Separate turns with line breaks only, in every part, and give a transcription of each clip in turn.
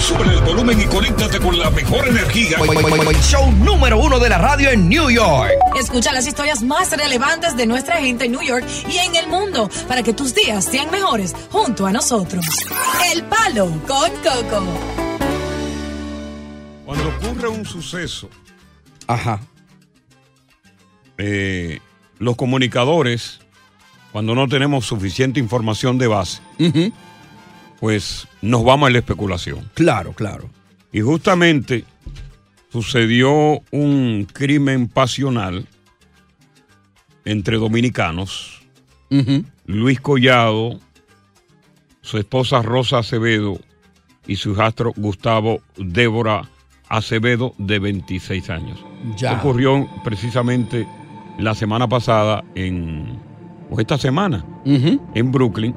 Sube el volumen y conéctate con la mejor energía.
Show número uno de la radio en New York.
Escucha las historias más relevantes de nuestra gente en New York y en el mundo para que tus días sean mejores junto a nosotros. El Palo con Coco.
Cuando ocurre un suceso,
Ajá.
eh, los comunicadores, cuando no tenemos suficiente información de base,
Ujú.
pues nos vamos a la especulación.
Claro, claro.
Y justamente sucedió un crimen pasional entre dominicanos.
Ujú.
Luis Collado, su esposa Rosa Acevedo y su hijastro Gustavo Débora Acevedo, de 26 años.
Ya.
Ocurrió precisamente la semana pasada, en, o esta semana,
Ujú.
en Brooklyn.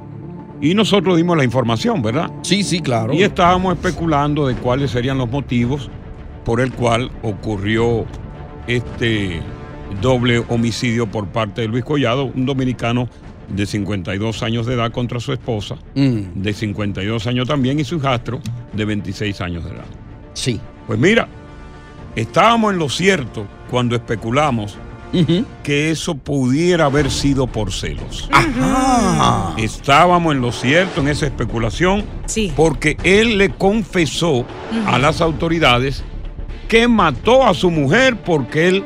Y nosotros dimos la información, ¿verdad?
Sí, sí, claro.
Y estábamos especulando de cuáles serían los motivos por el cual ocurrió este doble homicidio por parte de Luis Collado, un dominicano de 52 años de edad contra su esposa,
Mm,
de 52 años también, y su hijastro de 26 años de edad.
Sí.
Pues mira, estábamos en lo cierto cuando especulamos
Ujú.
que eso pudiera haber sido por celos.
Ah.
Estábamos en lo cierto en esa especulación
Sí.
porque él le confesó a las autoridades que mató a su mujer porque él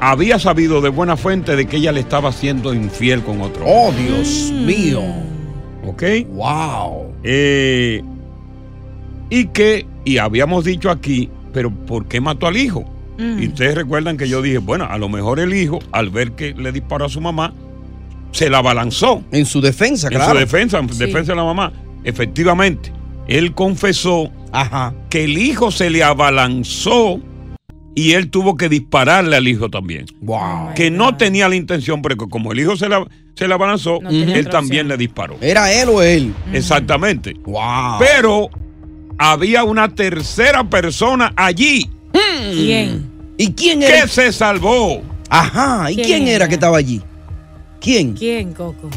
había sabido de buena fuente de que ella le estaba siendo infiel con otro.
Oh, Dios mío.
¿Ok?
Wow.
Eh, y que, y habíamos dicho aquí, pero ¿por qué mató al hijo? Y ustedes recuerdan que yo dije, bueno, a lo mejor el hijo, al ver que le disparó a su mamá, se la balanzó.
En su defensa,
En
claro.
su defensa, en defensa de la mamá. Efectivamente, él confesó
Ajá.
que el hijo se le abalanzó y él tuvo que dispararle al hijo también.
Wow.
Que no tenía la intención, pero como el hijo se le, se le abalanzó, él también le disparó.
¿Era él o él?
Exactamente.
Wow.
Pero había una tercera persona allí
¿Quién?
¿Y quién era?
que se salvó.
Ajá. ¿Y quién,
¿Quién
era?
era?
que estaba allí? ¿Quién?
¿Quién, Coco?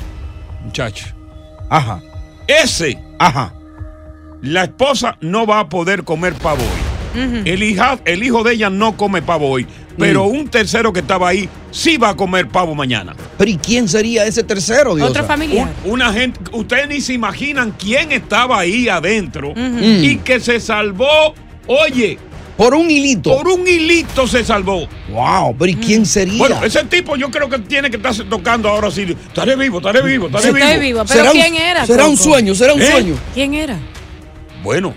Muchacho.
Ajá.
Ese,
Ajá.
la esposa no va a poder comer pavo hoy. el, hija- el hijo de ella no come pavo hoy, pero
Mm.
un tercero que estaba ahí sí va a comer pavo mañana.
Pero ¿y quién sería ese tercero, Dios?
¿Otro familiar?
Un- una gente, ustedes ni se imaginan quién estaba ahí adentro
Mm.
y que se salvó. Oye,
Por un hilito.
por un hilito se salvó.
Wow. Pero ¿y
Mm.
quién sería?
Bueno, ese tipo yo creo que tiene que estarse tocando ahora sí. Estaré vivo, estaré vivo, estaré
Estoy
vivo.
viva, pero
Será un-
¿quién era?
Será un
Coco?
sueño, será un
¿Eh?
sueño.
¿Quién era?
Bueno.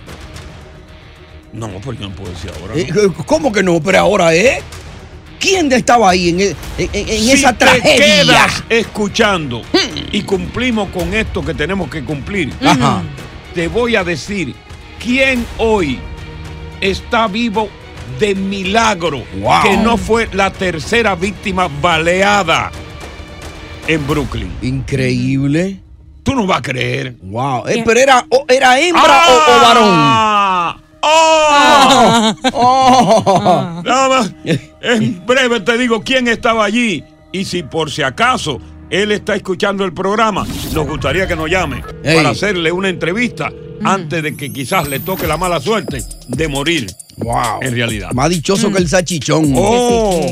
No, pues yo no puedo decir ahora. ¿no?
Eh, eh, ¿Cómo que no? Pero ahora, ¿eh? ¿Quién estaba ahí en, e- en- en
Si
esa
te
tragedia?
quedas escuchando y cumplimos con esto que tenemos que cumplir,
Ajá.
te voy a decir quién hoy está vivo de milagro
Wow.
que no fue la tercera víctima baleada en Brooklyn.
Increíble.
Tú no vas a creer.
Wow. Eh, pero era, o- era hembra o- o, varón.
¡Ah! ¡Ah!
Oh.
Nada más, en breve te digo quién estaba allí y si por si acaso Él está escuchando el programa. Nos gustaría que nos llame
Ey.
para hacerle una entrevista antes de que quizás le toque la mala suerte de morir
Wow.
en realidad.
Más dichoso que el sachichón.
¡Oh!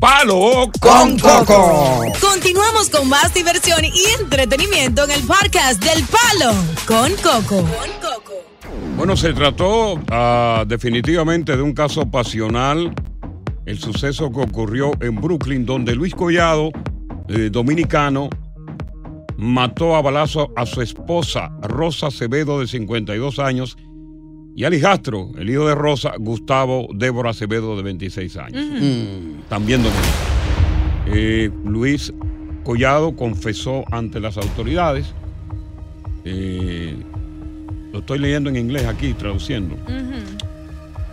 ¡Palo oh,
Con coco.
Continuamos con más diversión y entretenimiento en el podcast del Palo con Coco.
Bueno, se trató ah, definitivamente de un caso pasional, el suceso que ocurrió en Brooklyn, donde Luis Collado, eh, dominicano, mató a balazo a su esposa, Rosa Acevedo, de 52 años, y al hijastro, el hijo de Rosa, Gustavo Débora Acevedo, de 26 años. También dominicano. Eh, Luis Collado confesó ante las autoridades. eh, lo estoy leyendo en inglés aquí, traduciendo.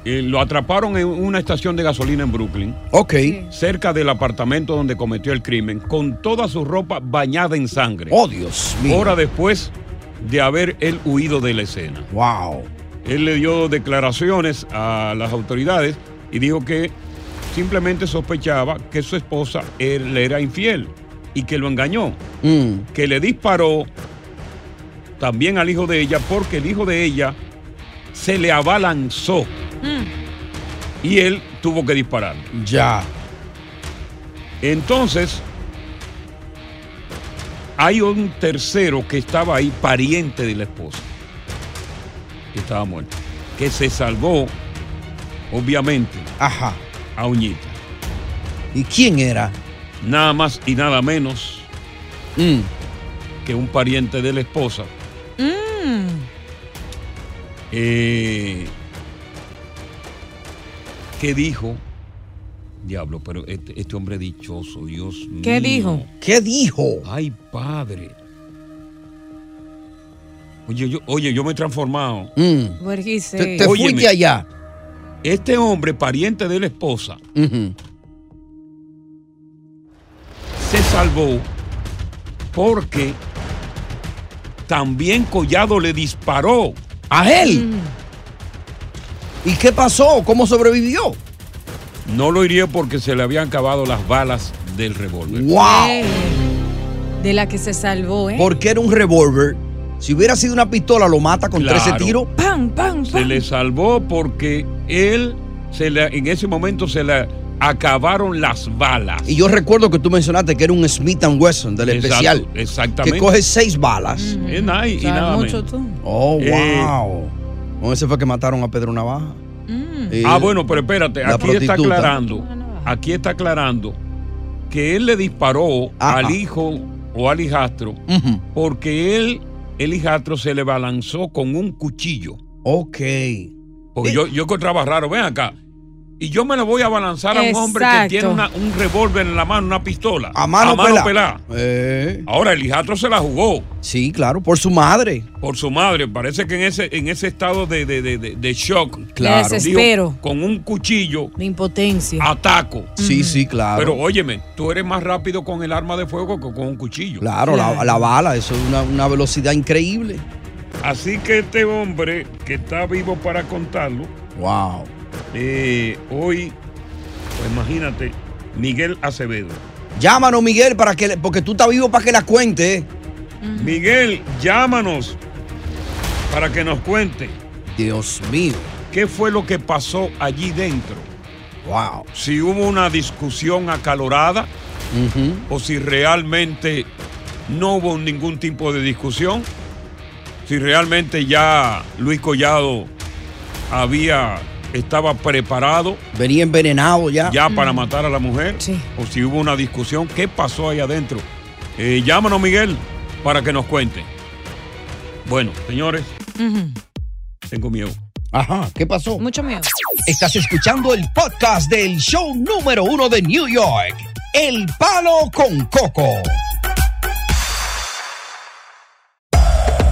Eh, lo atraparon en una estación de gasolina en Brooklyn,
Ok.
cerca del apartamento donde cometió el crimen, con toda su ropa bañada en sangre.
Oh, Dios mío.
Hora después de haber él huido de la escena.
Wow.
Él le dio declaraciones a las autoridades y dijo que simplemente sospechaba que su esposa él, le era infiel y que lo engañó,
Mm.
que le disparó también al hijo de ella porque el hijo de ella se le abalanzó y él tuvo que disparar.
Ya.
Entonces, hay un tercero que estaba ahí, pariente de la esposa, que estaba muerta, que se salvó, obviamente,
Ajá.
a Uñita.
¿Y quién era?
Nada más y nada menos
Mm.
que un pariente de la esposa.
Mm.
eh, que dijo, diablo, pero este, este hombre dichoso, Dios mío.
¿Qué dijo?
¿Qué dijo?
Ay, padre. Oye, yo, oye, yo me he transformado.
Mm.
Borghese.
Te, te
Óyeme.
fuiste allá.
Este hombre, pariente de la esposa,
Ujú.
se salvó porque también Collado le disparó.
¿A él?
Mm.
¿Y qué pasó? ¿Cómo sobrevivió?
No lo hirió porque se le habían acabado las balas del revólver.
Eh,
¡Wow!
De la que se salvó, ¿eh?
Porque era un revólver. Si hubiera sido una pistola, lo mata con
Claro.
13 tiros.
¡Pam, pam,
Se
pam!
le salvó porque él, se le- en ese momento, se le acabaron las balas.
Y yo recuerdo que tú mencionaste que era un Smith Wesson del
Exacto,
especial.
Exactamente.
Que
Mm.
coge seis balas.
Es nada Eh, y- y
Sabes
nada
mucho
menos.
tú.
Oh,
Eh.
wow. Con ese fue que mataron a Pedro Navaja.
Mm,
Eh,
Ah, bueno, pero espérate,
la
aquí está
prostituta.
aclarando, aquí está aclarando que él le disparó
Ajá.
al hijo o al hijastro
ujú.
porque él, el hijastro, se le balanzó con un cuchillo.
Ok.
Porque
Eh.
yo, yo encontraba raro, ven acá. Y yo me le voy a balanzar a un hombre que
Exacto.
tiene una- un revólver en la mano, una pistola.
A mano, pelá. Eh,
Ahora, el hijastro se la jugó
sí, claro, por su madre.
por su madre. Parece que en ese, en ese estado de, de- de- de- de shock,
Claro.
Ese es-
dijo,
Desespero.
con un cuchillo,
De impotencia.
Ah. ataco.
Sí, sí, claro.
Pero óyeme, tú eres más rápido con el arma de fuego que con un cuchillo.
claro, La, la bala, eso es una, una velocidad increíble.
Así que este hombre que está vivo para contarlo,
Wow.
eh, hoy, pues imagínate, Miguel Acevedo.
Llámanos, Miguel, para que le- porque tú estás vivo para que la cuente. eh.
Miguel, llámanos para que nos cuente
Dios mío.
qué fue lo que pasó allí dentro.
Wow.
Si hubo una discusión acalorada
Ujú.
o si realmente no hubo ningún tipo de discusión, si realmente ya Luis Collado había estaba preparado
Venía envenenado ya.
ya para matar a la mujer
Sí.
o si hubo una discusión, ¿qué pasó ahí adentro? Eh, llámanos Miguel para que nos cuente. Bueno, señores,
Ujú.
tengo miedo.
Ajá. ¿Qué pasó?
Mucho miedo.
Estás escuchando el podcast del show número uno de New York. El palo con coco.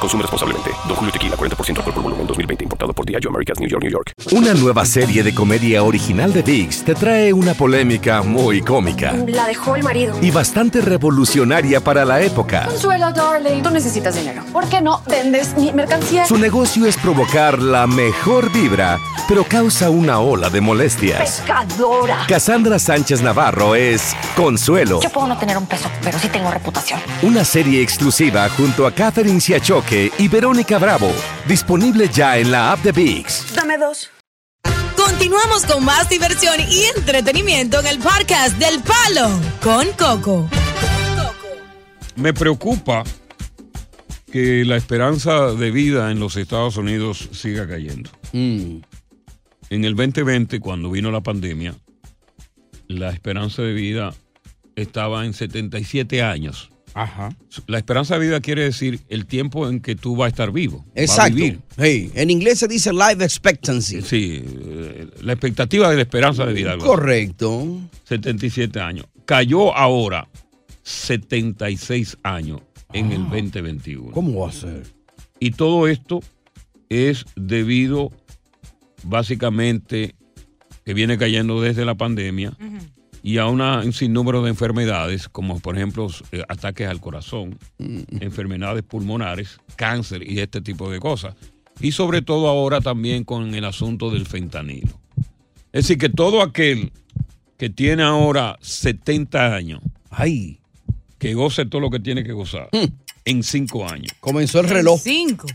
Consume responsablemente. Don Julio Tequila 40% alcohol por volumen 2020 importado por Diageo Americas New York New York.
Una nueva serie de comedia original de VIX te trae una polémica muy cómica
La dejó el marido.
y bastante revolucionaria para la época.
Consuelo, darling. Tú necesitas dinero. ¿Por qué no vendes mi mercancía?
Su negocio es provocar la mejor vibra, pero causa una ola de molestias.
Pescadora.
Cassandra Sánchez Navarro es Consuelo,
Yo puedo no tener un peso, pero sí tengo reputación.
una serie exclusiva junto a Catherine Siachoque y Verónica Bravo, disponible ya en la app de VIX.
Dame dos. Continuamos con más diversión y entretenimiento en el podcast del Palo con Coco.
Me preocupa que la esperanza de vida en los Estados Unidos siga cayendo.
Mm.
En el 2020, cuando vino la pandemia, la esperanza de vida estaba en 77 años.
Ajá.
La esperanza de vida quiere decir el tiempo en que tú vas a estar vivo. vas a
Exacto.
vivir.
Sí, En inglés se dice life expectancy.
Sí, eh, la expectativa de la esperanza de vida. algo así.
Correcto.
77 años. Cayó ahora 76 años en el 2021.
¿Cómo va a ser?
Y todo esto es debido básicamente que viene cayendo desde la pandemia y a una, un sinnúmero de enfermedades, como por ejemplo eh, ataques al corazón, enfermedades pulmonares, cáncer y este tipo de cosas. Y sobre todo ahora también con el asunto del fentanilo. Es decir, que todo aquel que tiene ahora 70 años,
Ay,
que goce todo lo que tiene que gozar en 5 años.
comenzó el reloj.
Cinco.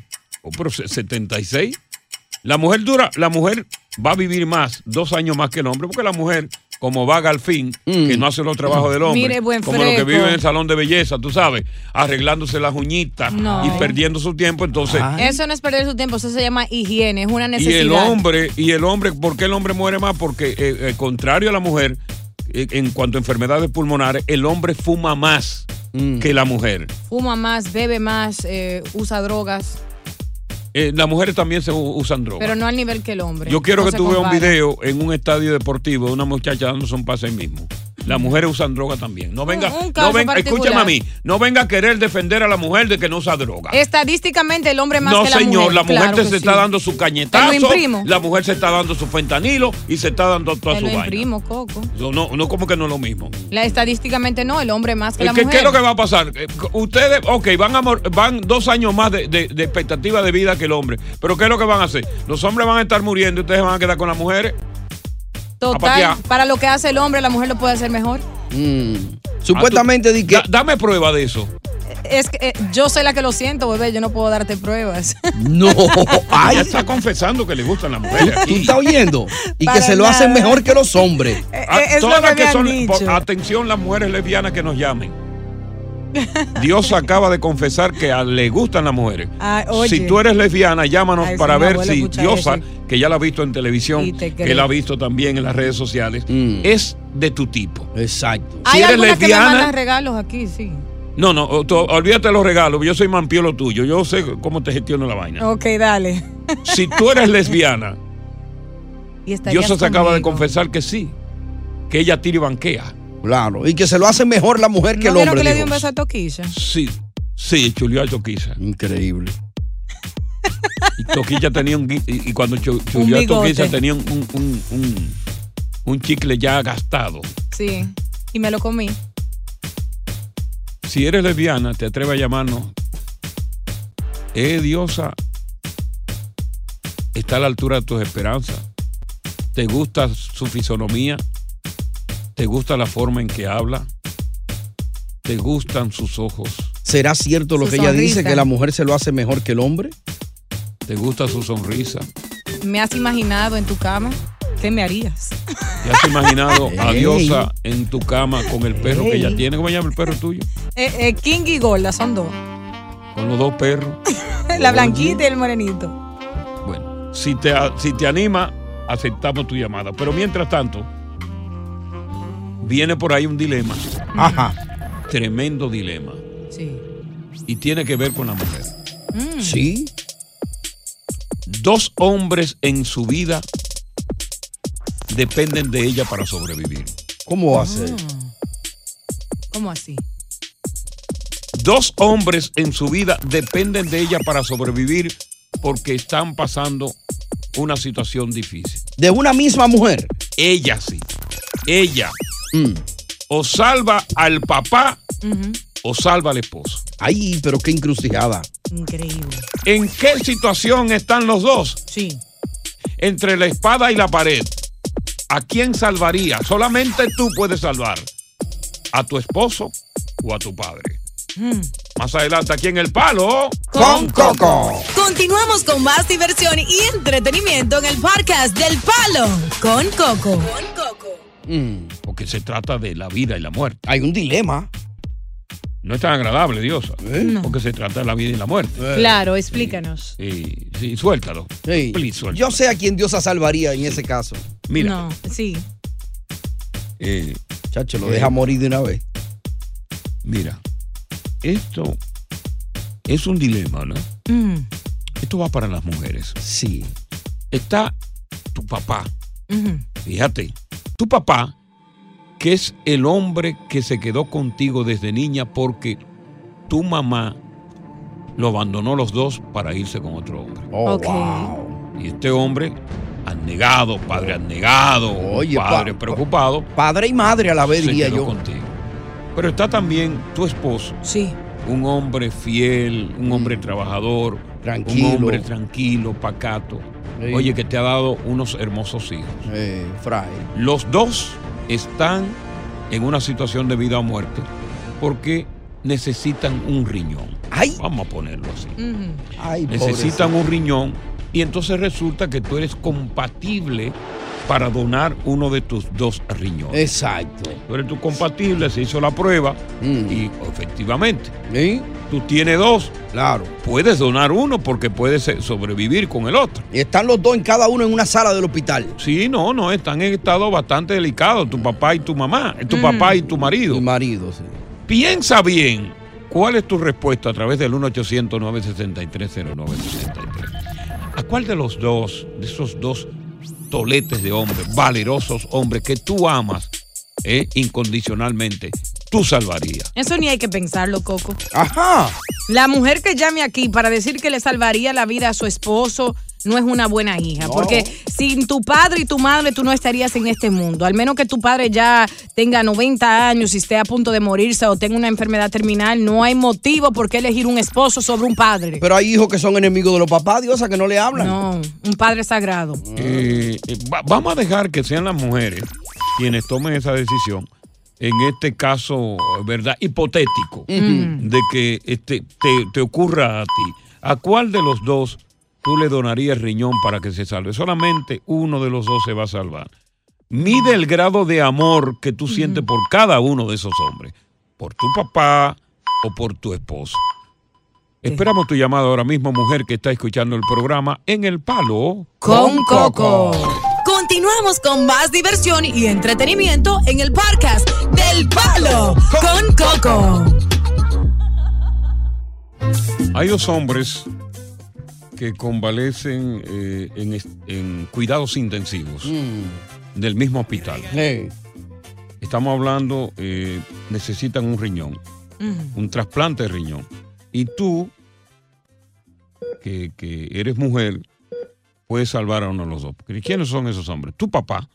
Oh, pero se- 76. La mujer dura, la mujer va a vivir más, dos años más que el hombre, porque la mujer, como vaga al fin, que no hace los trabajos del hombre,
Mm. Mire, buen
como lo que
freco.
vive en el salón de belleza, tú sabes, arreglándose las uñitas
No.
y perdiendo su tiempo, entonces.
Eso no es perder su tiempo, eso se llama higiene, es una
Ah. Y
necesidad.
el hombre, y el hombre, ¿por qué el hombre muere más? Porque eh, eh, contrario a la mujer, eh, en cuanto a enfermedades pulmonares, el hombre fuma más
Mm.
que la mujer.
Fuma más, bebe más, eh, usa drogas,
Eh, las mujeres también se u- usan drogas.
pero no al nivel que el hombre.
Yo quiero
No
que
se
tú veas un
compara.
video en un estadio deportivo de una muchacha dándose un pase ahí mismo. Las mujeres usan droga también. No venga,
un
no
caso
venga,
particular.
escúchame a mí, no venga a querer defender a la mujer de que no usa droga.
Estadísticamente el hombre más
no,
que la
señor,
mujer.
la mujer
Claro
te
que
se
sí.
está dando su
Te
cañetazo,
lo imprimo.
la mujer se está dando su fentanilo y se está dando toda
Te
su
lo
vaina.
imprimo, Coco.
No, no, no, como que no es lo mismo.
La estadísticamente no, el hombre más que la
¿Qué,
mujer.
qué es lo que va a pasar? Eh, Ustedes, ok, van, a mor- van dos años más de, de- de expectativa de vida que el hombre. Pero ¿qué es lo que van a hacer? Los hombres van a estar muriendo y ustedes van a quedar con las mujeres.
Total,
Apatea.
para lo que hace el hombre, la mujer lo puede hacer mejor.
Mm. Supuestamente di que.
Ah, Da- dame prueba de eso.
Es que eh, yo soy la que lo siento, bebé, yo no puedo darte pruebas.
No. Ay,
Ella está confesando que le gustan
Eh,
las mujeres.
tú
aquí.
estás oyendo. Y que
Para
se lo
nada.
hacen mejor que los hombres.
eh,
A- Ah, todas las que son- ah, por- atención, las mujeres lesbianas que nos llamen. Dios acaba de confesar que a- le gustan las mujeres.
Ay, oye.
Si tú eres lesbiana, llámanos
Ay,
para
si mi
ver
abuela
si
escucha
Diosa,
eso.
que ya la ha visto en televisión,
Y te Mm. creo.
que la ha visto también en las redes sociales, es de tu tipo.
Exacto.
Hay
eres
algunas que me
lesbiana-
mandan regalos aquí, sí.
No, no, o- tú- olvídate de los regalos. Yo soy mampiolo tuyo. Yo sé cómo te gestiono la vaina.
Ok, dale.
Si tú eres lesbiana,
Y estarías
Diosa se acaba de
conmigo.
confesar que sí, que ella tira y banquea.
Claro. Y que se lo hacen mejor la mujer que
¿No
el
vieron
hombre.
que le dio
dijo.
un beso a Toquilla?
Sí, sí, chulió a Toquilla.
Increíble.
Y Toquilla tenía un. gui- Y, y cuando chu- chulió a
bigote.
Toquilla tenía un, un, un, un- un chicle ya gastado.
Sí. Y me lo comí.
Si eres lesbiana, te atreves a llamarnos. Eh, Diosa, está a la altura de tus esperanzas. Te gusta su fisonomía. Te gusta la forma en que habla. Te gustan sus ojos.
¿Será cierto lo
Su
que ella dice,
sonrisa.
que la mujer se lo hace mejor que el hombre?
Te gusta su sonrisa.
¿Me has imaginado en tu cama? ¿Qué me harías?
¿Te has imaginado a
Ey.
Diosa en tu cama con el perro que ella tiene? ¿Cómo se llama el perro tuyo?
Eh, eh, King y Golda son dos.
Con los dos perros.
La blanquita y el morenito.
Bueno, si te, si te anima, aceptamos tu llamada. Pero mientras tanto, viene por ahí un dilema,
Ajá.
tremendo dilema,
Sí.
y tiene que ver con la mujer.
Mm.
Sí.
Dos hombres en su vida dependen de ella para sobrevivir.
¿Cómo va a ser?
¿Cómo así?
Dos hombres en su vida dependen de ella para sobrevivir porque están pasando una situación difícil.
De una misma mujer.
Ella sí. Ella. mm, O salva al papá o salva al esposo.
Ay, pero qué encrucijada.
Increíble.
¿En qué situación están los dos?
Sí.
Entre la espada y la pared. ¿A quién salvaría? Solamente tú puedes salvar. ¿A tu esposo o a tu padre? Más adelante aquí en el palo. Con Coco.
Continuamos con más diversión y entretenimiento en el podcast del Palo con Coco.
Porque se trata de la vida y la muerte.
Mm. Hay un dilema.
No es tan agradable, Diosa.
¿Eh?
Porque se trata de la vida y la muerte.
Claro, explícanos.
Sí, sí, suéltalo. Please, suéltalo.
Yo sé a quién Diosa salvaría en ese caso.
Mira.
No, sí.
Eh,
Chacho, lo deja morir de una vez.
Mira, esto es un dilema, ¿no?
Mm,
Esto va para las mujeres.
Sí.
Está tu papá. Fíjate, tu papá, que es el hombre que se quedó contigo desde niña porque tu mamá lo abandonó los dos para irse con otro hombre.
Oh, Ok.
Y este hombre, anegado, padre anegado,
Oye, pa-
padre preocupado.
Padre y madre a la vez,
se
diría
quedó
yo.
contigo. Pero está también tu esposo.
Sí.
Un hombre fiel, un hombre trabajador,
Mm. Tranquilo.
un hombre tranquilo, pacato.
Sí.
Oye, que te ha dado unos hermosos hijos.
Eh, fray.
Los dos están en una situación de vida o muerte porque necesitan un riñón. Vamos a ponerlo así.
Mm. Ay,
Necesitan un riñón y entonces resulta que tú eres compatible para donar uno de tus dos riñones.
Exacto.
Tú eres tu compatible, se hizo la prueba y efectivamente. Tú tienes dos.
Claro.
Puedes donar uno porque puedes eh, sobrevivir con el otro.
Y están los dos en cada uno en una sala del hospital.
Sí, no, no, están en estado bastante delicado, tu papá y tu mamá, eh, tu papá y tu marido. Mi
marido, sí.
Piensa bien cuál es tu respuesta a través del 1 800 963 0963 ¿A cuál de los dos, de esos dos toletes de hombres, valerosos hombres que tú amas eh, incondicionalmente, tú salvarías?
Eso ni hay que pensarlo, Coco.
Ajá.
La mujer que llame aquí para decir que le salvaría la vida a su esposo no es una buena hija,
No.
porque sin tu padre y tu madre tú no estarías en este mundo. Al menos que tu padre ya tenga 90 años y esté a punto de morirse o tenga una enfermedad terminal, no hay motivo por qué elegir un esposo sobre un padre.
Pero hay hijos que son enemigos de los papás, Diosa, que no le hablan.
No, un padre sagrado.
Eh, eh, va- vamos a dejar que sean las mujeres quienes tomen esa decisión. En este caso, ¿verdad? Hipotético,
Ujú.
de que este, te, te ocurra a ti. ¿A cuál de los dos tú le donarías riñón para que se salve? Solamente uno de los dos se va a salvar. Mide el grado de amor que tú sientes por cada uno de esos hombres, por tu papá o por tu esposo. Esperamos tu llamada ahora mismo, mujer que está escuchando el programa en el palo
Con Continuamos con más diversión y entretenimiento en el podcast del Palo con Coco.
Hay dos hombres que convalecen eh, en, es- en cuidados intensivos del mismo hospital. Estamos hablando, eh, necesitan un riñón, un trasplante de riñón. Y tú, que, que eres mujer, puedes salvar a uno de los dos. ¿Y ¿Quiénes son esos hombres? Tu papá.